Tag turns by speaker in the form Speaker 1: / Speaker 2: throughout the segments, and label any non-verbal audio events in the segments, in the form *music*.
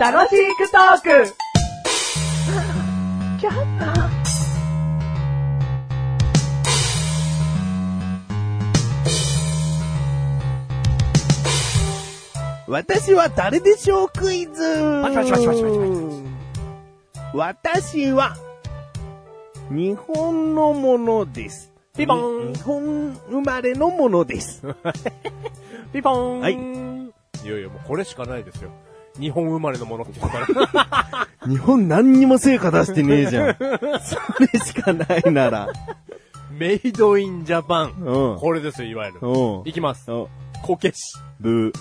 Speaker 1: 楽しくトーク
Speaker 2: 私は誰でしょうクイズ
Speaker 1: パチパチパチパチパチパチ
Speaker 2: 私は、日本のものです。
Speaker 1: ピンポーン
Speaker 2: に日本生まれのものです。
Speaker 1: ピンポーン
Speaker 2: はい
Speaker 1: いやいや、もうこれしかないですよ。日本生まれのものって言ったら。 *laughs*
Speaker 2: 日本何にも成果出してねえじゃん。それしかないなら。
Speaker 1: メイドインジャパン。
Speaker 2: うん
Speaker 1: これですよ、いわゆる。
Speaker 2: うん
Speaker 1: いきます。
Speaker 2: お
Speaker 1: こけし。 *laughs*
Speaker 2: ブー。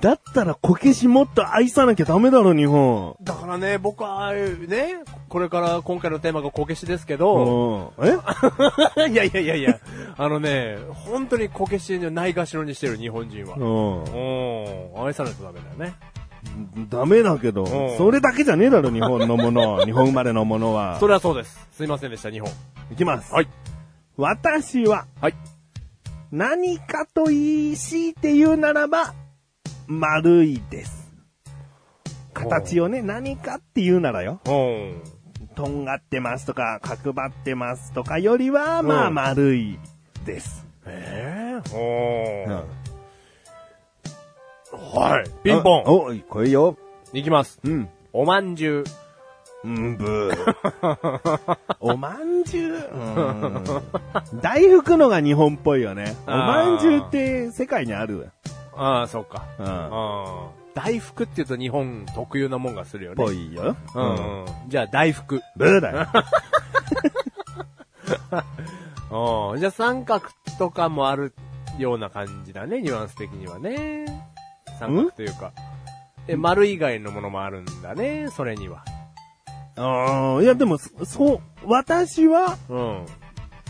Speaker 2: だったらこけしもっと愛さなきゃダメだろ、日本。
Speaker 1: だからね、僕は、ね、これから今回のテーマがこけしですけ
Speaker 2: う
Speaker 1: ど、
Speaker 2: ん。え
Speaker 1: *laughs* いやいやいやいや、あのね、本当にこけしをないがしろにしてる日本人は。
Speaker 2: う
Speaker 1: うん、愛さないとダメだよね。
Speaker 2: ん。ダメだけど、
Speaker 1: ん
Speaker 2: それだけじゃねえだろ、日本のもの。
Speaker 1: *laughs*
Speaker 2: 日本生まれのものは
Speaker 1: そ。れはそうです。すいませんでした、日本。
Speaker 2: いきます。
Speaker 1: はい。
Speaker 2: 私は、
Speaker 1: はい。
Speaker 2: 何かと言い、強いて言うならば、丸いです。形をね、何かって言うならよ。
Speaker 1: うん。
Speaker 2: とんがってますとか、角張ってますとかよりは、ま
Speaker 1: う
Speaker 2: あ、
Speaker 1: ん
Speaker 2: 丸いです。
Speaker 1: ええお
Speaker 2: うん
Speaker 1: ー。はい。ピンポ
Speaker 2: あ
Speaker 1: ン。
Speaker 2: お、これよ。
Speaker 1: いきます。
Speaker 2: うん。
Speaker 1: おまんじゅう。
Speaker 2: うん、ぶー。おまんじゅう。うん大福のが日本っぽいよね。お
Speaker 1: あー
Speaker 2: まんじゅうって世界にある。
Speaker 1: ああ、そうか。
Speaker 2: うん。
Speaker 1: うん。大福って言うと日本特有なもんがするよね。
Speaker 2: ぽいよ。
Speaker 1: うん。じゃあ大福。
Speaker 2: ブーだよ。
Speaker 1: うん。じゃあ三角とかもあるような感じだね、ニュアンス的にはね。三角というか。え、丸以外のものもあるんだね、それには。
Speaker 2: あーいや、でも、そそう、私は、
Speaker 1: うん。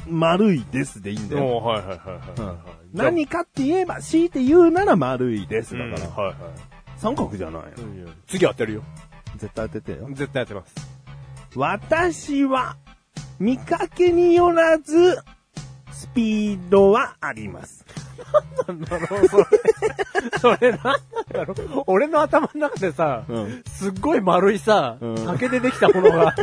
Speaker 2: 丸いですでいいんだよ。
Speaker 1: おはいはいはいはい
Speaker 2: うん
Speaker 1: はい。
Speaker 2: 何かって言えば、強いて言うなら丸いです。
Speaker 1: だから、
Speaker 2: だ
Speaker 1: うん
Speaker 2: から、
Speaker 1: はいはい。
Speaker 2: 三角じゃないの
Speaker 1: 次当てるよ。
Speaker 2: 絶対当ててよ。
Speaker 1: 絶対当てます。
Speaker 2: 私は、見かけによらず、スピードはあります。
Speaker 1: なんだろう、それ。 *laughs* それなんだろう。俺の頭の中でさ、
Speaker 2: うん
Speaker 1: すっごい丸いさ、
Speaker 2: うん
Speaker 1: 竹でできたものが、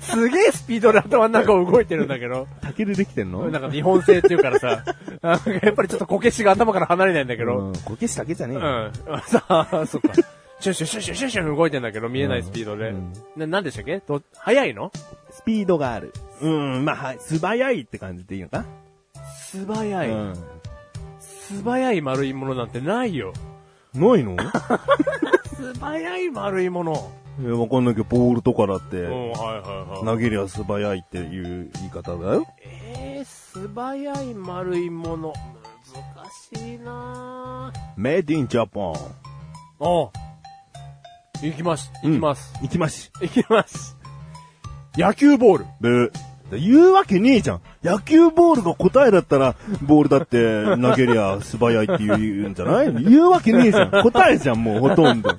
Speaker 1: すげえスピードで頭の中動いてるんだけど、
Speaker 2: 竹でできてんの
Speaker 1: なんか日本製っていうからさ、なんかやっぱりちょっとこけしが頭から離れないんだけ
Speaker 2: う
Speaker 1: ど、
Speaker 2: ん、こけし竹じゃね
Speaker 1: う
Speaker 2: え
Speaker 1: ん。
Speaker 2: よ。
Speaker 1: さあ、そっか。シュシュシュシュシュシュ動いてんだけど、見えないスピードで。
Speaker 2: うん
Speaker 1: な、なんでしたっけと、速いの
Speaker 2: スピードがある。うん、まあ、はい、素早いって感じでいいのか
Speaker 1: 素早い、
Speaker 2: うん。
Speaker 1: 素早い丸いものなんてないよ。
Speaker 2: ないの *laughs* い
Speaker 1: 素早い丸いもの。
Speaker 2: や、わかんないけど、ボールとかだっ
Speaker 1: う
Speaker 2: て、
Speaker 1: ん、はいはいはい。
Speaker 2: 投げりゃ素早いっていう言い方だよ。
Speaker 1: えー、素早い丸いもの。難しいなぁ。
Speaker 2: メイディンジャパン。
Speaker 1: お行きます。行きます。
Speaker 2: 行きまし。
Speaker 1: 行きます。野球ボール。
Speaker 2: ブー。言うわけねえじゃん。野球ボールが答えだったら、ボールだって投げりゃ素早いって言うんじゃない言うわけねえじゃん。答えじゃん、もうほとんど。あ、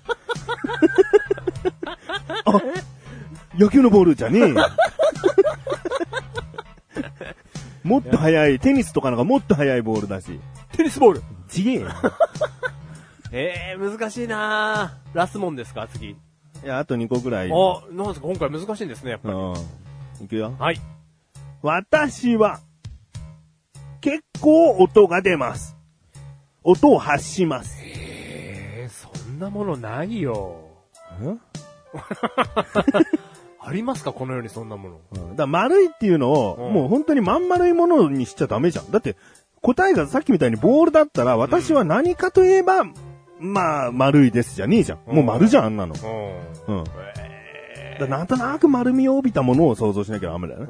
Speaker 2: 野球のボールじゃねえよ。もっと速い、テニスとかのがもっと速いボールだし。
Speaker 1: テニスボール。
Speaker 2: ちげえよ。
Speaker 1: *laughs* えー、難しいなぁ。ラスモンですか次。
Speaker 2: いや、あと2個ぐらい。
Speaker 1: あ、なんですか今回難しいんですね、やっ
Speaker 2: う
Speaker 1: ぱり。
Speaker 2: ん。いくよ。
Speaker 1: はい。
Speaker 2: 私は、結構音が出ます。音を発します。
Speaker 1: えー、そんなものないよ。ありますかこの世にそんなもの。
Speaker 2: うんだから丸いっていうのを、
Speaker 1: うん
Speaker 2: もう本当にまん丸いものにしちゃダメじゃん。だって、答えがさっきみたいにボールだったら、私は何かといえば、まあ、丸いですじゃねえじゃん。もう丸じゃん、あんなの。
Speaker 1: う。
Speaker 2: うんん。だか
Speaker 1: え
Speaker 2: らなんとなく丸みを帯びたものを想像しなきゃダメだよね。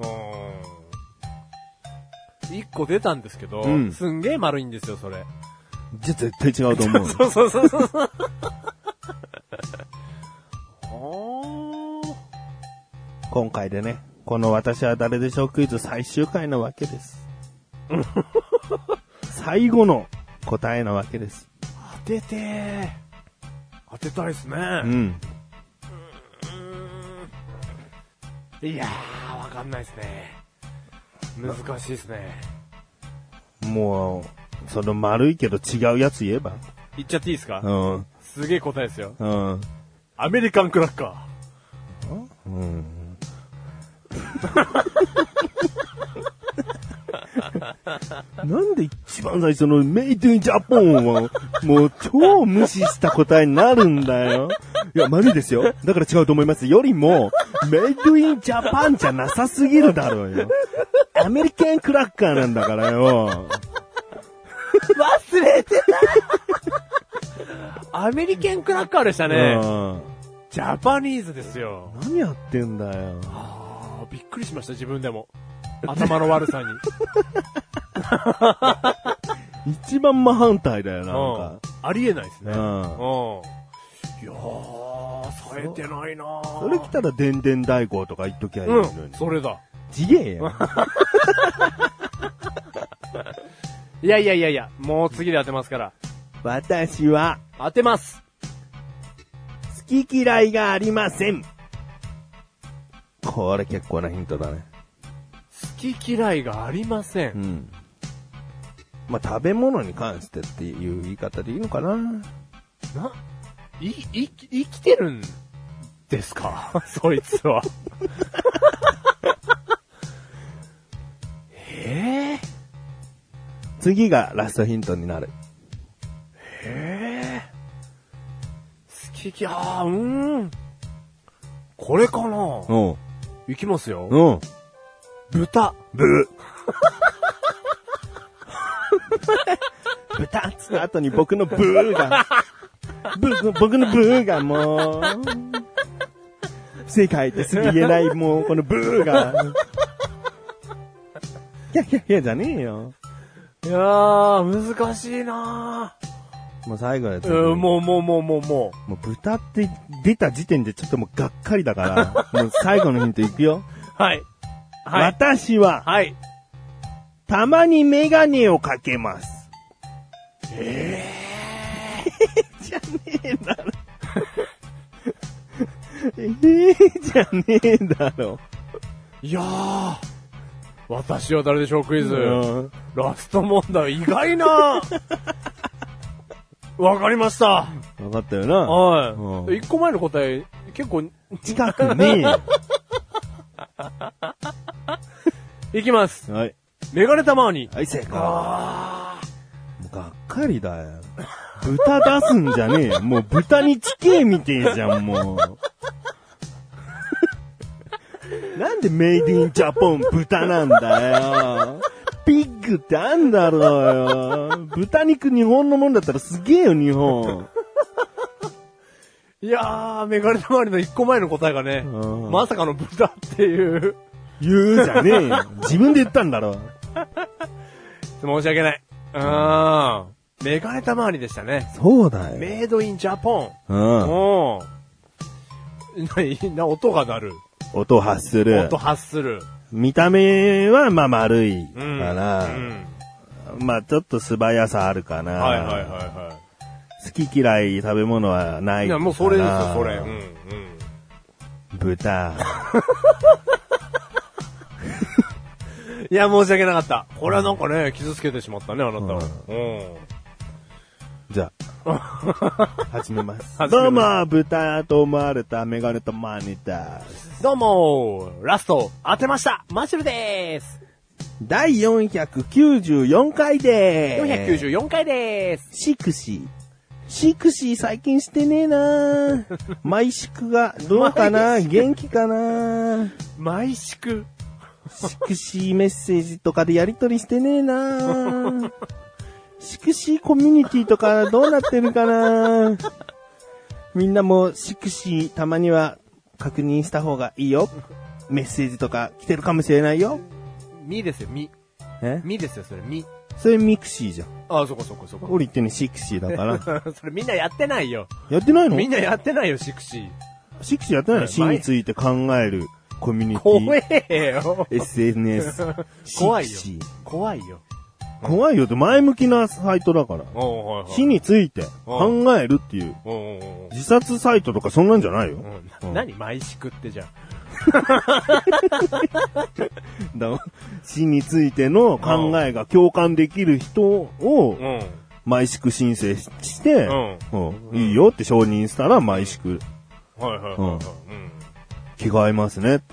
Speaker 1: うん。一個出たんですけど、
Speaker 2: うん
Speaker 1: すんげえ丸いんですよ、それ。
Speaker 2: じゃ、絶対違うと思う。
Speaker 1: *laughs* そうそうそうそうそう。おー
Speaker 2: 今回でね、この私は誰でしょうクイズ最終回なわけ
Speaker 1: *laughs*
Speaker 2: です。最後の答えなわけです。
Speaker 1: 当ててー。当てたいっすね。
Speaker 2: うん。
Speaker 1: いやー、わかんないっすね。難しいっすね。
Speaker 2: もう、その丸いけど違うやつ言えば。
Speaker 1: 言っちゃっていいですか、
Speaker 2: うん。
Speaker 1: すげえ答えですよ。
Speaker 2: うん。
Speaker 1: アメリカンクラッカ
Speaker 2: うん。なんで一番最初のメイトインジャポンは、もう超無視した答えになるんだよ。いや、丸いですよ。だから違うと思います。よりも、メイトインジャパンじゃなさすぎるだろうよ。アメリカンクラッカーなんだからよ。
Speaker 1: ー。忘れてたアメリカンクラッカーでしたね。
Speaker 2: うん
Speaker 1: ジャパニーズですよ。
Speaker 2: 何やってんだよ。
Speaker 1: あーびっくりしました、自分で *laughs* も。頭の悪さに。
Speaker 2: 一番真反対だよ、なんか。
Speaker 1: うんありえないですね。
Speaker 2: う
Speaker 1: うん。
Speaker 2: ん
Speaker 1: いやー、冴えてないなー
Speaker 2: それ来たら、でんでん大号とか言っときゃいいの
Speaker 1: う
Speaker 2: に。
Speaker 1: ん、それだ。
Speaker 2: ちげえ
Speaker 1: *laughs*
Speaker 2: よ。
Speaker 1: いやいやいやいや、もう次で当てますから。
Speaker 2: 私は、
Speaker 1: 当てます。
Speaker 2: 好き嫌いがありません。これ結構なヒントだね。
Speaker 1: 好き嫌いがありませ。
Speaker 2: うんん。まあ、食べ物に関してっていう言い方でいいのかな。
Speaker 1: ない、い、生きてるんですか *laughs* そいつは。えー、
Speaker 2: 次がラストヒントになる。
Speaker 1: えー、好き嫌い、あーうーん。これかな、
Speaker 2: うん。
Speaker 1: いきますよ。
Speaker 2: うん。
Speaker 1: 豚。
Speaker 2: ブー。豚っつった後に僕のブー *laughs* が、ブ僕のブーがもう、世界ってすぐ言えないもうこのブーが。 *laughs* いやいやいやじゃねえよ。
Speaker 1: いやー、難しいな
Speaker 2: もう最後のやつ。
Speaker 1: ー。うん、
Speaker 2: う。
Speaker 1: もうもうもうもうも
Speaker 2: もう豚って出た時点でちょっともうがっかりだ *laughs* から、もう最後のヒントいくよ。
Speaker 1: う。はい。はい。
Speaker 2: 私は、
Speaker 1: はい。
Speaker 2: たまにメガネをかけます。 *laughs* ええじゃねえだろ。
Speaker 1: いやー。私は誰でしょうクイズ。
Speaker 2: うん
Speaker 1: ラスト問題、意外な *laughs* わかりました。
Speaker 2: 分かったよな。
Speaker 1: は
Speaker 2: うん
Speaker 1: い。一個前の答え、結構、
Speaker 2: 近くねえよ。
Speaker 1: いきます。
Speaker 2: はい。
Speaker 1: メガネたまーに。
Speaker 2: はい、正解。も
Speaker 1: あ
Speaker 2: うがっかりだよ。豚出すんじゃねえよ。もう豚に地形みてえじゃん、もう。 *laughs* なんでメイドインジャポン豚なんだよ。ピッグってあんだろうよ。豚肉日本のもんだったらすげえよ、日本。
Speaker 1: ー。いやー、メガネたまーにの一個前の答えがね、
Speaker 2: うん
Speaker 1: まさかの豚っていう。
Speaker 2: 言うじゃねえよ。自分で言ったんだろ。
Speaker 1: 申し訳ない。うーん。メガネたまーにでしたね。
Speaker 2: そうだよ。
Speaker 1: メイドインジャポン。
Speaker 2: うん。
Speaker 1: おーな、な、音が鳴る。
Speaker 2: 音を発する
Speaker 1: 音。発する。
Speaker 2: 見た目は、まあ、丸いか
Speaker 1: うん。
Speaker 2: ら、
Speaker 1: うん。
Speaker 2: まあ、ちょっと素早さあるかな。
Speaker 1: はいはいはいは。
Speaker 2: 好き嫌い食べ物はないい
Speaker 1: い
Speaker 2: から。
Speaker 1: や、もうそれですよ、それ。うん。うん。
Speaker 2: 豚。
Speaker 1: いや、申し訳なかった。これはなんかね、傷つけてしまったね、あなたは。うん。
Speaker 2: じゃ
Speaker 1: *laughs*
Speaker 2: あ、始めます。
Speaker 1: 始めます
Speaker 2: どうも、豚と思われたメガネとマネタ
Speaker 1: どうもラスト、当てましたマッシュルでーす
Speaker 2: 第494回でーす。
Speaker 1: !494 回でーす
Speaker 2: シクシー。シクシー最近してねえなー
Speaker 1: *laughs*
Speaker 2: マイシクがどうかな
Speaker 1: マイシク
Speaker 2: 元気かなー
Speaker 1: 毎祝
Speaker 2: シクシーメッセージとかでやりとりしてねえな *laughs* ぁシクシーコミュニティとかどうなってるかなみんなもシクシーたまには確認した方がいいよ。メッセージとか来てるかもしれないよ。
Speaker 1: みですよ、み。
Speaker 2: え
Speaker 1: みですよ、それ、み。
Speaker 2: それミクシーじゃん。
Speaker 1: あそこそこそこ。 *laughs*
Speaker 2: 俺言ってね、シクシーだから。
Speaker 1: それみんなやってないよ。
Speaker 2: やってないの
Speaker 1: みんなやってないよ、シクシー。
Speaker 2: シクシーやってないの
Speaker 1: 前
Speaker 2: 死について考えるコミュニテ
Speaker 1: 怖
Speaker 2: ィ。
Speaker 1: えよ。
Speaker 2: *laughs* SNS。
Speaker 1: 怖いよ
Speaker 2: シクシー。
Speaker 1: 怖いよ。
Speaker 2: 怖いよって前向きなサイトだから。
Speaker 1: おうはいはい。
Speaker 2: 死について考えるっていう。
Speaker 1: おうおうおう
Speaker 2: 自殺サイトとかそんなんじゃないよ。
Speaker 1: うんな何毎祝ってじゃん。
Speaker 2: だ死についての考えが共感できる人を
Speaker 1: うん。
Speaker 2: 毎祝申請しして、
Speaker 1: うん
Speaker 2: うんいいよって承認したら毎祝
Speaker 1: はいはいはいはい。
Speaker 2: 着替えますね。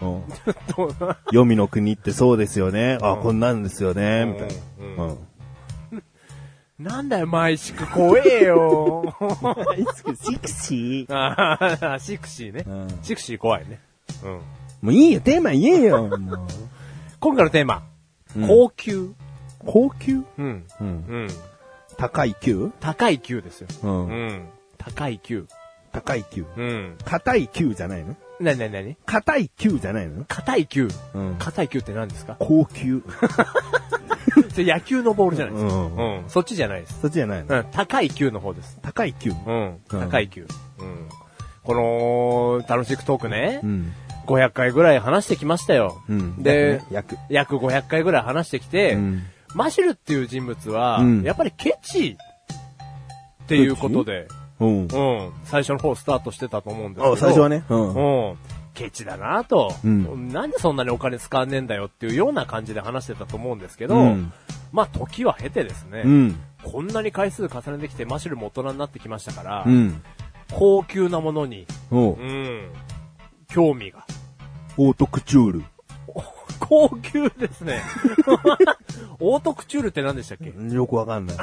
Speaker 1: う
Speaker 2: う
Speaker 1: ん。
Speaker 2: ん、
Speaker 1: *laughs* うん。どうな
Speaker 2: 黄泉の国ってそうですよね。あ、
Speaker 1: うん
Speaker 2: こんなんですよね。みたい
Speaker 1: うん
Speaker 2: な。 *laughs*
Speaker 1: うん
Speaker 2: うん
Speaker 1: なんだよ、毎週怖えよ。
Speaker 2: 大好き、シクシー。
Speaker 1: あーシクシーね。
Speaker 2: うん
Speaker 1: シクシー怖いね。うん。
Speaker 2: もういいよ、テーマ言えよ。も
Speaker 1: 今回のテーマ。
Speaker 2: うん
Speaker 1: 高級。
Speaker 2: う高級
Speaker 1: うん。
Speaker 2: うん。
Speaker 1: うん。
Speaker 2: 高い級
Speaker 1: 高い級ですよ。
Speaker 2: う。
Speaker 1: うんん。高い級。
Speaker 2: 高い級。
Speaker 1: うん。
Speaker 2: 硬い級じゃないの
Speaker 1: なになになに
Speaker 2: 硬い級じゃないの
Speaker 1: 硬い球
Speaker 2: うん
Speaker 1: 硬い球って何ですか
Speaker 2: 高級。
Speaker 1: それ野球のボールじゃないですか。
Speaker 2: うん
Speaker 1: うん。そっちじゃないです。
Speaker 2: そっちじゃないの
Speaker 1: うん。高い球の方です。
Speaker 2: 高い級。
Speaker 1: うん。高い球。うん。この、楽しくトークね
Speaker 2: う。ん。
Speaker 1: 500回ぐらい話してきましたよ。
Speaker 2: うん。
Speaker 1: で、
Speaker 2: 役。
Speaker 1: 約500回ぐらい話してきて、
Speaker 2: うん
Speaker 1: マシュルっていう人物は、
Speaker 2: うん
Speaker 1: やっぱりケチっていうことで、
Speaker 2: うん。
Speaker 1: うん、最初の方スタートしてたと思うんですけど、
Speaker 2: あ、最初はね。う。
Speaker 1: うんん、ケチだなと、
Speaker 2: うん
Speaker 1: なんでそんなにお金使わねえんだよっていうような感じで話してたと思うんですけど、
Speaker 2: うん
Speaker 1: まあ時は経てですね、
Speaker 2: うん。
Speaker 1: こんなに回数重ねてきてマシュルも大人になってきましたから、
Speaker 2: うん。
Speaker 1: 高級なものに、
Speaker 2: おう
Speaker 1: うん、興味が。
Speaker 2: オートクチュール。
Speaker 1: 高級ですね。 *laughs* オートクチュールって何でしたっけ
Speaker 2: よくわかんない。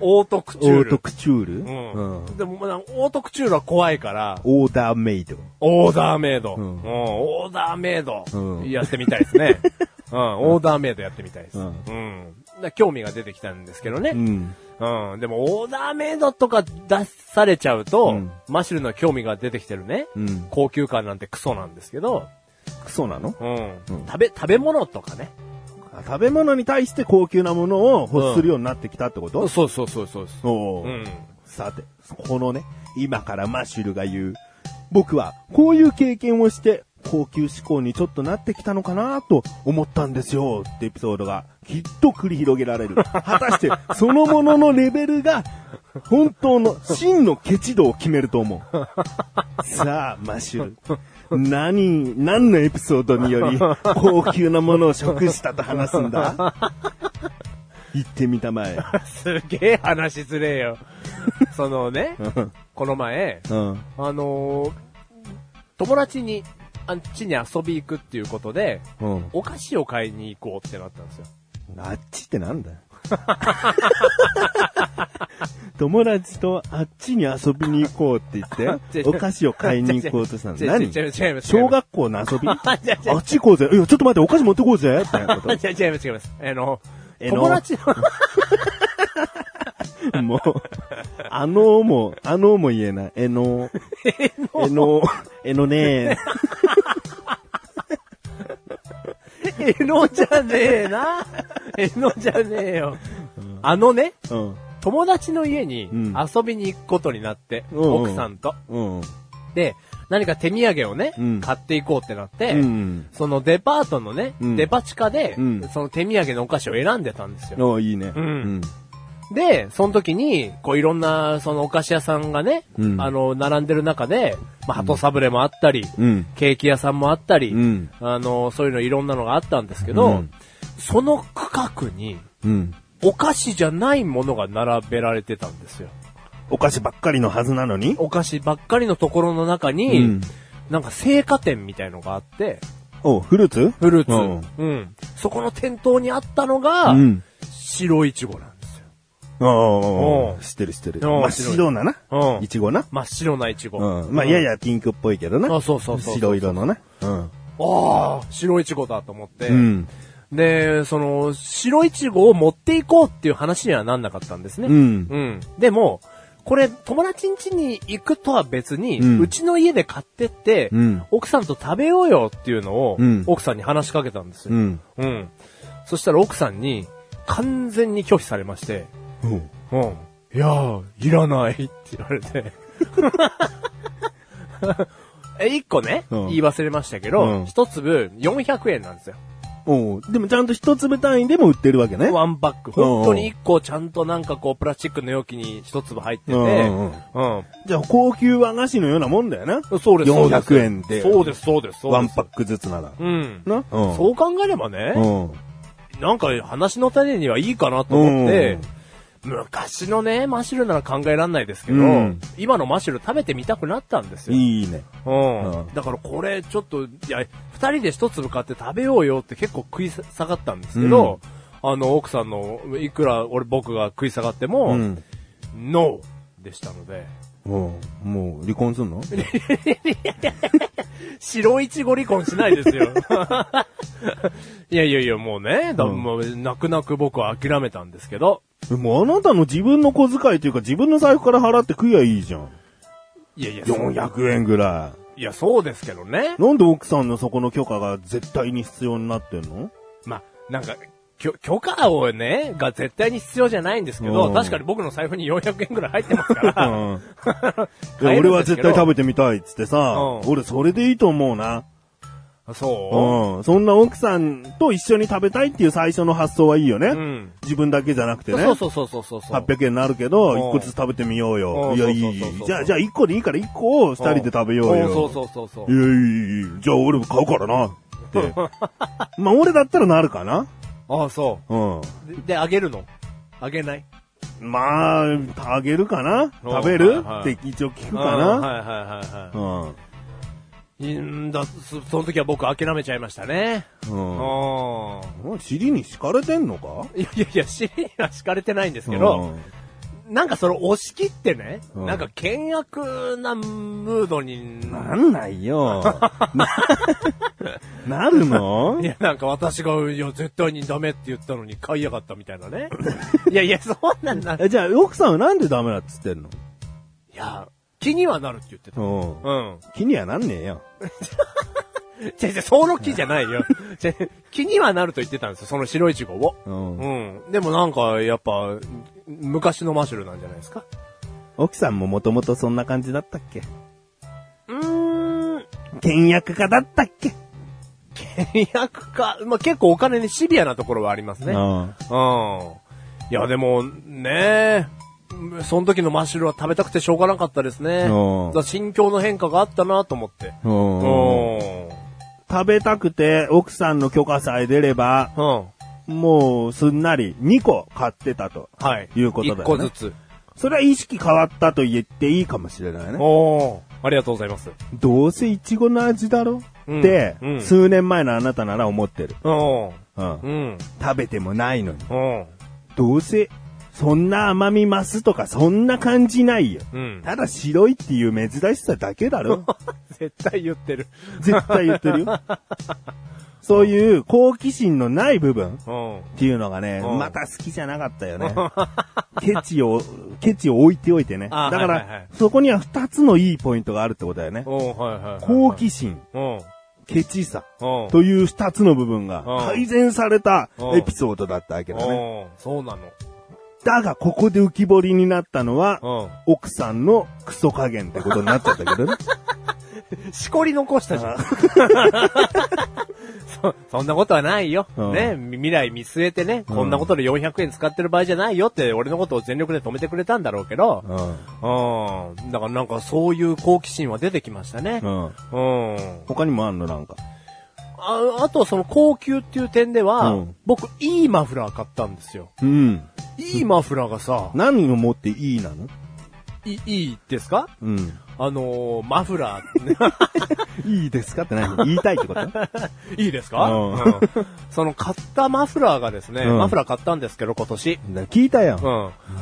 Speaker 1: オートクチ
Speaker 2: *laughs* オ
Speaker 1: ュー
Speaker 2: ー
Speaker 1: ル。
Speaker 2: トクチュール
Speaker 1: うん。
Speaker 2: うん
Speaker 1: でも、まあ、オートクチュールは怖いから、
Speaker 2: オーダーメイド。
Speaker 1: オーダーメイド。
Speaker 2: う
Speaker 1: うんん、オーダーメイド
Speaker 2: う。ん
Speaker 1: やってみたいです
Speaker 2: *laughs*
Speaker 1: ね。うん、オーダーメイドやってみたいです。
Speaker 2: う
Speaker 1: うんん。だ興味が出てきたんですけど
Speaker 2: う
Speaker 1: ね。
Speaker 2: ん。
Speaker 1: うん。でも、オーダーメイドとか出されちゃうと、
Speaker 2: うん
Speaker 1: マシュルの興味が出てきてるね。
Speaker 2: うん。
Speaker 1: 高級感なんてクソなんですけど、
Speaker 2: クソなの
Speaker 1: うん。
Speaker 2: うん
Speaker 1: 食べ、食べ物とかね。
Speaker 2: あ食べ物に対して高級なものを欲するようになってきたってこと、
Speaker 1: そうそうそうそうそう。
Speaker 2: おう
Speaker 1: うん。 *laughs*
Speaker 2: さて、このね、今からマッシュルが言う、僕はこういう経験をして、高級志向にちょっとなってきたのかなと思ったんですよってエピソードがきっと繰り広げられる。 *laughs* 果たしてそのもののレベルが本当の真のケチ度を決めると思う。さあ、マッシュル。何、何のエピソードにより高級なものを食したと話すん *laughs* だ言ってみたまえ。
Speaker 1: すげえ話ずれえ *laughs* よ。そのね、この前、
Speaker 2: うん。
Speaker 1: あのー友達に、あっちに遊び行くっていうことで、
Speaker 2: うん。
Speaker 1: お菓子を買いに行こうってなったんですよ。 *laughs*
Speaker 2: あっちってなんだよ。 *laughs* 友達とあっちに遊びに行こうって言っ
Speaker 1: *laughs*
Speaker 2: て、お菓子を買いに行こうとしたの。
Speaker 1: 違う
Speaker 2: 何
Speaker 1: 違う違う違います。
Speaker 2: 小学校の遊びあ
Speaker 1: *laughs* 違う違う
Speaker 2: っち行こうぜ。いや、ちょっと待って、お菓子持ってこう
Speaker 1: *laughs*
Speaker 2: ぜ。ってなこ
Speaker 1: 違う違います違います。あの、
Speaker 2: えの
Speaker 1: 友達の、 *laughs*
Speaker 2: と。もう、あのも、あのも言えない。えの、
Speaker 1: *laughs*
Speaker 2: えの、えのね
Speaker 1: えのじゃねえな。 *laughs* えのじゃねえよ。あのね、
Speaker 2: うん。
Speaker 1: 友達の家に
Speaker 2: うん
Speaker 1: 遊びに行くことになって、
Speaker 2: うんうん
Speaker 1: 奥さんと。
Speaker 2: うん。
Speaker 1: で、何か手土産をね、
Speaker 2: うん
Speaker 1: 買っていこうってなって、
Speaker 2: うん。
Speaker 1: そのデパートのね、
Speaker 2: うん
Speaker 1: デパ地下で、
Speaker 2: うん
Speaker 1: その手土産のお菓子を選んでたんですよ。
Speaker 2: おいいね。
Speaker 1: うんで、その時に、こういろんな、そのお菓子屋さんがね、
Speaker 2: うん
Speaker 1: あの、並んでる中で、まあ、鳩サブレもあったり、
Speaker 2: うん。
Speaker 1: ケーキ屋さんもあったり、
Speaker 2: うん
Speaker 1: あの、そういうのいろんなのがあったんですけど、
Speaker 2: うん
Speaker 1: その区画に、
Speaker 2: うん。
Speaker 1: お菓子じゃないものが並べられてたんですよ。
Speaker 2: お菓子ばっかりのはずなのに
Speaker 1: お菓子ばっかりのところの中に、
Speaker 2: うん
Speaker 1: なんか青果店みたいのがあって、
Speaker 2: おフルーツ
Speaker 1: フルーツ、
Speaker 2: うん
Speaker 1: うん。そこの店頭にあったのが、
Speaker 2: うん
Speaker 1: 白いちごなんですよ。
Speaker 2: あ
Speaker 1: う
Speaker 2: あ、
Speaker 1: ん
Speaker 2: 知ってる知ってる。
Speaker 1: うん
Speaker 2: 真っ白なな
Speaker 1: う。ん
Speaker 2: いちごな。
Speaker 1: 真っ白ないちご。
Speaker 2: うん。まあ、ややピンクっぽいけどな。
Speaker 1: あそうそうそう
Speaker 2: 白色のな。うん。
Speaker 1: ああ、白いちごだと思って。
Speaker 2: うん。
Speaker 1: で、その、白いちごを持っていこうっていう話にはなんなかったんですね。
Speaker 2: うん
Speaker 1: でも、これ、友達ん家に行くとは別に、
Speaker 2: う
Speaker 1: うんちの家で買ってって、
Speaker 2: うん
Speaker 1: 奥さんと食べようよっていうのを、
Speaker 2: うん
Speaker 1: 奥さんに話しかけたんです
Speaker 2: う
Speaker 1: よ。
Speaker 2: ん。
Speaker 1: うん。そしたら奥さんに、完全に拒否されまして、
Speaker 2: うん
Speaker 1: うん。いやー、いらないって言われて。 *laughs* え、一個ね、
Speaker 2: うん
Speaker 1: 言い忘れました
Speaker 2: う
Speaker 1: け
Speaker 2: ん
Speaker 1: ど、一、粒400円なんですよ。
Speaker 2: おうでもちゃんと一粒単位でも売ってるわけね。
Speaker 1: ワンパック。本当に一個ちゃんとなんかこう、プラスチックの容器に一粒入ってて、
Speaker 2: う
Speaker 1: うんん
Speaker 2: うんじゃあ高級和菓子のようなもんだよな。
Speaker 1: そうです、そうです。
Speaker 2: 400円で
Speaker 1: そうです、そうです、そうで
Speaker 2: ワ
Speaker 1: す。
Speaker 2: ンパックずつなら。
Speaker 1: うん。
Speaker 2: なうん
Speaker 1: そう考えればね、
Speaker 2: うん。
Speaker 1: なんか話の種にはいいかなと思って、昔のね、マシュルなら考えらんないですけど、
Speaker 2: うん
Speaker 1: 今のマシュル食べてみたくなったんですよ。
Speaker 2: いいね。
Speaker 1: うん。
Speaker 2: うん
Speaker 1: だからこれちょっと、いや、二人で一粒買って食べようよって結構食い下がったんですけど、あの、奥さんの、いくら俺僕が食い下がっても、
Speaker 2: うん。
Speaker 1: ノーでしたので、
Speaker 2: もう、もう離婚すんの
Speaker 1: 白いちご離婚しないですよ。 *laughs* いやいやいや、もうね、だもう泣く泣く僕は諦めたんですけど、
Speaker 2: でもうあなたの自分の小遣いというか自分の財布から払って食いゃいいじゃん。
Speaker 1: いやいや、そう
Speaker 2: 400円ぐら
Speaker 1: いや、そうですけどね
Speaker 2: い。。なんで奥さんのそこの許可が絶対に必要になってんの
Speaker 1: まあ、なんか、きょ許可をね、が絶対に必要じゃないんですけ
Speaker 2: う
Speaker 1: ど、
Speaker 2: ん
Speaker 1: 確かに僕の財布に400円ぐらい入ってますか
Speaker 2: い
Speaker 1: ら、 *laughs*
Speaker 2: や
Speaker 1: 買え
Speaker 2: 俺
Speaker 1: るん
Speaker 2: は
Speaker 1: です
Speaker 2: 絶
Speaker 1: けど
Speaker 2: 対食べてみたいっつってさ、
Speaker 1: うん
Speaker 2: 俺それでいいと思うな。
Speaker 1: *laughs* そ
Speaker 2: うん。そんな奥さんと一緒に食べたいっていう最初の発想はいいよね。
Speaker 1: ううん。
Speaker 2: 自分だけじゃなくてね。
Speaker 1: そうそうそうそうそうそう。
Speaker 2: 800円になるけど、
Speaker 1: うん
Speaker 2: 1個ずつ食べてみよう
Speaker 1: う
Speaker 2: よ。い
Speaker 1: ん
Speaker 2: や、い
Speaker 1: そうそう
Speaker 2: い
Speaker 1: そうそう。そう
Speaker 2: じゃあ、じゃあ1個でいいから1個を2人で食べようよ。
Speaker 1: んそうそうそうそう
Speaker 2: い。や、いい、いい。じゃあ俺も買うからな。っ
Speaker 1: *laughs*
Speaker 2: て。まあ俺だったらなるかな。
Speaker 1: ああ、そ
Speaker 2: うん。
Speaker 1: う。でで、あげるのあげない
Speaker 2: まあ、あげるかな
Speaker 1: うん
Speaker 2: 食べる、
Speaker 1: はいはい
Speaker 2: って一応聞く
Speaker 1: あ
Speaker 2: か
Speaker 1: あ
Speaker 2: な、
Speaker 1: はいはいはいはい。
Speaker 2: うん。
Speaker 1: うんだ、そその時は僕諦めちゃいましたね。うん。
Speaker 2: うん。お前尻に敷かれてんのか
Speaker 1: いやいやいや、尻には敷かれてないんですけど、なんかその押し切ってね、
Speaker 2: うん
Speaker 1: なんか険悪なムードに、
Speaker 2: なんないよ。 *laughs* ななるの
Speaker 1: いや、なんか私が、いや、絶対にダメって言ったのに買いやがったみたいなね。いやいや、そうなんだ。い
Speaker 2: えじゃあ奥さんはなんでダメだっつってんの
Speaker 1: や、気にはなるって言ってた。
Speaker 2: うん。
Speaker 1: うん。
Speaker 2: 気にはなんねえよ。
Speaker 1: 違う違う、その木じゃないよ。違う気にはなると言ってたんですよ、その白いちごを。
Speaker 2: うん
Speaker 1: うん。でもなんか、やっぱ、昔のマシュルなんじゃないですか
Speaker 2: 奥さんももともとそんな感じだったっけ
Speaker 1: う *laughs* ーん。
Speaker 2: 倹約家だったっけ
Speaker 1: 倹約か。まあ、結構お金にシビアなところはありますね。うん。
Speaker 2: あ
Speaker 1: いや、でも、ねえ。その時のマッシュルは食べたくてしょうがなかったですね。だ
Speaker 2: うん
Speaker 1: から心境の変化があったなと思って。
Speaker 2: あ
Speaker 1: うん。
Speaker 2: 食べたくて奥さんの許可さえ出れば、
Speaker 1: うん。
Speaker 2: もうすんなり2個買ってたと。
Speaker 1: はい。
Speaker 2: いうことだよね
Speaker 1: 一個ずつ。
Speaker 2: それは意識変わったと言っていいかもしれないね。
Speaker 1: おー。ありがとうございます。
Speaker 2: どうせイチゴの味だろ
Speaker 1: うん
Speaker 2: って、
Speaker 1: うん
Speaker 2: 数年前のあなたなら思ってる。
Speaker 1: うん。
Speaker 2: うん
Speaker 1: うん。
Speaker 2: 食べてもないのに。
Speaker 1: うん。
Speaker 2: どうせ、そんな甘み増すとかそんな感じないよ。
Speaker 1: うん。
Speaker 2: ただ白いっていう珍しさだけだろ
Speaker 1: *laughs* 絶対言ってる。
Speaker 2: 絶対言ってる
Speaker 1: *laughs*
Speaker 2: よ。そういう好奇心のない部分っ
Speaker 1: うん。
Speaker 2: ていうのがね、
Speaker 1: うん
Speaker 2: また好きじゃなかったよね。ケチを、ケチを置いておいてね。だ
Speaker 1: あ
Speaker 2: か
Speaker 1: はいはいは
Speaker 2: ら
Speaker 1: い、
Speaker 2: そこには二つのいいポイントがあるってことだよね。
Speaker 1: うん、はいはいはい。
Speaker 2: 好奇心、
Speaker 1: うん。
Speaker 2: ケチさ、
Speaker 1: うん。
Speaker 2: という二つの部分が
Speaker 1: うん
Speaker 2: 改善された
Speaker 1: うん
Speaker 2: エピソードだったわけだね。
Speaker 1: うん。そうなの。
Speaker 2: だが、ここで浮き彫りになったのは、
Speaker 1: う
Speaker 2: 奥さんのクソ加減ってことになっちゃったけどね。
Speaker 1: ん。しこり残したじゃん。 *laughs* そ、そんなことはないよ。
Speaker 2: うん
Speaker 1: ね、み未来見据えてね、こんなことで400円使ってる場合じゃないよって、俺のことを全力で止めてくれたんだろ *laughs* うけど、うん。だからなんかそういう好奇心は出てきましたね。
Speaker 2: うんうん
Speaker 1: うん。
Speaker 2: 他にもあんのなんか。
Speaker 1: ああとその高級っていう点では、
Speaker 2: うん
Speaker 1: 僕いいマフラー買ったんですよ。
Speaker 2: うん。
Speaker 1: いいマフラーがさ、
Speaker 2: 何を持っていいなの
Speaker 1: いいいですか
Speaker 2: うん。
Speaker 1: あのー、マフラー、
Speaker 2: いいですかって何言いたいってこと
Speaker 1: *laughs* いいですか、
Speaker 2: うん
Speaker 1: うんその買ったマフラーがですね、
Speaker 2: うん
Speaker 1: マフラー買ったんですけど今年。
Speaker 2: 聞いたよ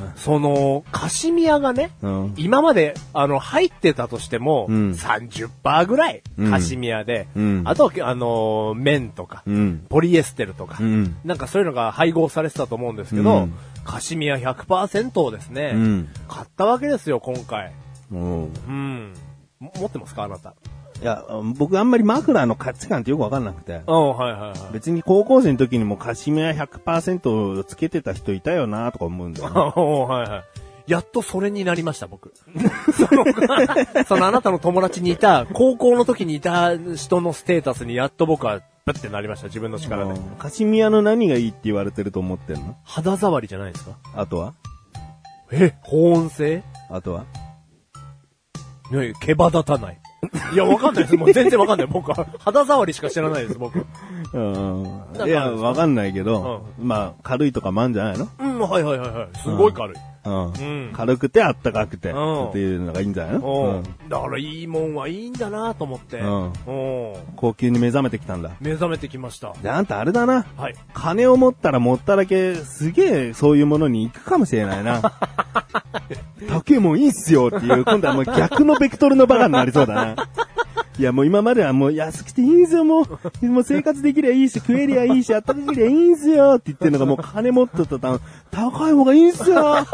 Speaker 1: う。ん。その、カシミヤがね、
Speaker 2: うん。
Speaker 1: 今まで、あの、入ってたとしても、
Speaker 2: うん
Speaker 1: 30%ぐらい、
Speaker 2: うん
Speaker 1: カシミヤで、
Speaker 2: うん
Speaker 1: あとは、あのー、綿とか、
Speaker 2: うん。
Speaker 1: ポリエステルとか、
Speaker 2: うん
Speaker 1: なんかそういうのが配合されてたと思うんですけど、
Speaker 2: うん
Speaker 1: カシミヤ100%をですね、
Speaker 2: うん
Speaker 1: 買ったわけですよ、今回。
Speaker 2: うん。
Speaker 1: うん。も持ってますかあなた。
Speaker 2: いや、僕あんまりマフラーの価値観ってよくわかんなくて。
Speaker 1: うん、はいはいはい。
Speaker 2: 別に高校生の時にもカシミヤ100%をつけてた人いたよなとか思うんだよね。
Speaker 1: あ *laughs* おうはいはい。やっとそれになりました、
Speaker 2: *laughs*
Speaker 1: 僕。その、 *laughs* そのあなたの友達にいた、高校の時にいた人のステータスにやっと僕はプってなりました、自分の力で。
Speaker 2: カシミヤの何がいいって言われてると思ってんの
Speaker 1: 肌触りじゃないですか
Speaker 2: あとは
Speaker 1: え保温性
Speaker 2: あとは
Speaker 1: ね毛羽立たない。いや、わかんないです。もう全然わかんない。僕は肌触りしか知らないです、僕。
Speaker 2: うん。
Speaker 1: か
Speaker 2: いや、わかんないけど、まあ、軽いとかもあんじゃないの
Speaker 1: うん、はいはいはいはい。すごい軽い。
Speaker 2: うん。
Speaker 1: うん
Speaker 2: 軽くてあったかくて、
Speaker 1: うん
Speaker 2: っていうのがいいんじゃないの、
Speaker 1: うん。だからいいもんはいいんだなと思って。
Speaker 2: うん
Speaker 1: うん。
Speaker 2: 高級に目覚めてきたんだ。
Speaker 1: 目覚めてきました。
Speaker 2: じゃああんたあれだな。
Speaker 1: はい。
Speaker 2: 金を持ったら持っただけ、すげえそういうものに行くかもしれないな。竹もいいっすよっていう、今度はもう逆のベクトルのバカになりそうだな。いやもう今まではもう安くていいんすよもう、もう生活できりゃいいし、食えりゃいいし、あったかけりゃいいんすよって言ってるのがもう金持ってたら、高い方がいいんすよ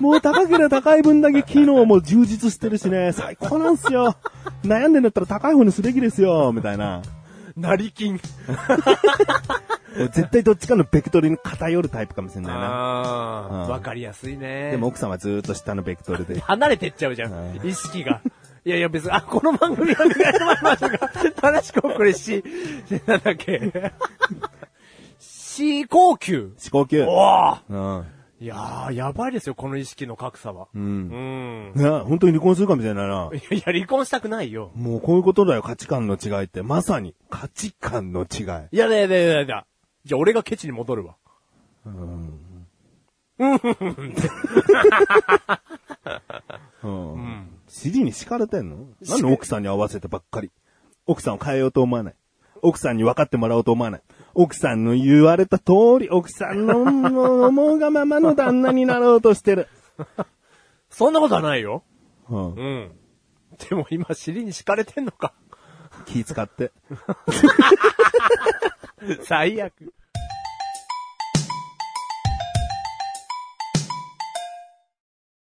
Speaker 2: もう高ければ高い分だけ機能も充実してるしね、最高なんすよ悩んでんだったら高い方にすべきですよみたいな。
Speaker 1: 成金。
Speaker 2: 絶対どっちかのベクトルに偏るタイプかもしれないな。
Speaker 1: ああ
Speaker 2: うん
Speaker 1: わかりやすいね。
Speaker 2: でも奥さんはずーっと下のベクトル *laughs* で。
Speaker 1: 離れてっちゃうじゃん
Speaker 2: は。
Speaker 1: 意識が。いやいや別に、あ、この番組は見られましたが、正しくこれし、なんだっけ。C 高級。
Speaker 2: 思考級。
Speaker 1: おー
Speaker 2: うん。
Speaker 1: いやー、やばいですよ、この意識の格差は。
Speaker 2: うん。
Speaker 1: うん。
Speaker 2: ね、本当に離婚するかもしれないな。
Speaker 1: いやいや、離婚したくないよ。
Speaker 2: もうこういうことだよ、価値観の違いって。まさに、価値観の違い。
Speaker 1: いやだやだやだやだ。じゃあ俺がケチに戻るわ。
Speaker 2: うん。尻に敷かれてんのなんで奥さんに合わせてばっかり。奥さんを変えようと思わない。奥さんに分かってもらおうと思わない。奥さんの言われた通り、奥さんのもう思うがままの旦那になろうとしてる。
Speaker 1: そんなことはないよ。
Speaker 2: うん
Speaker 1: う。ん。でも今尻に敷かれてんのか。
Speaker 2: 気使って。
Speaker 1: 最悪。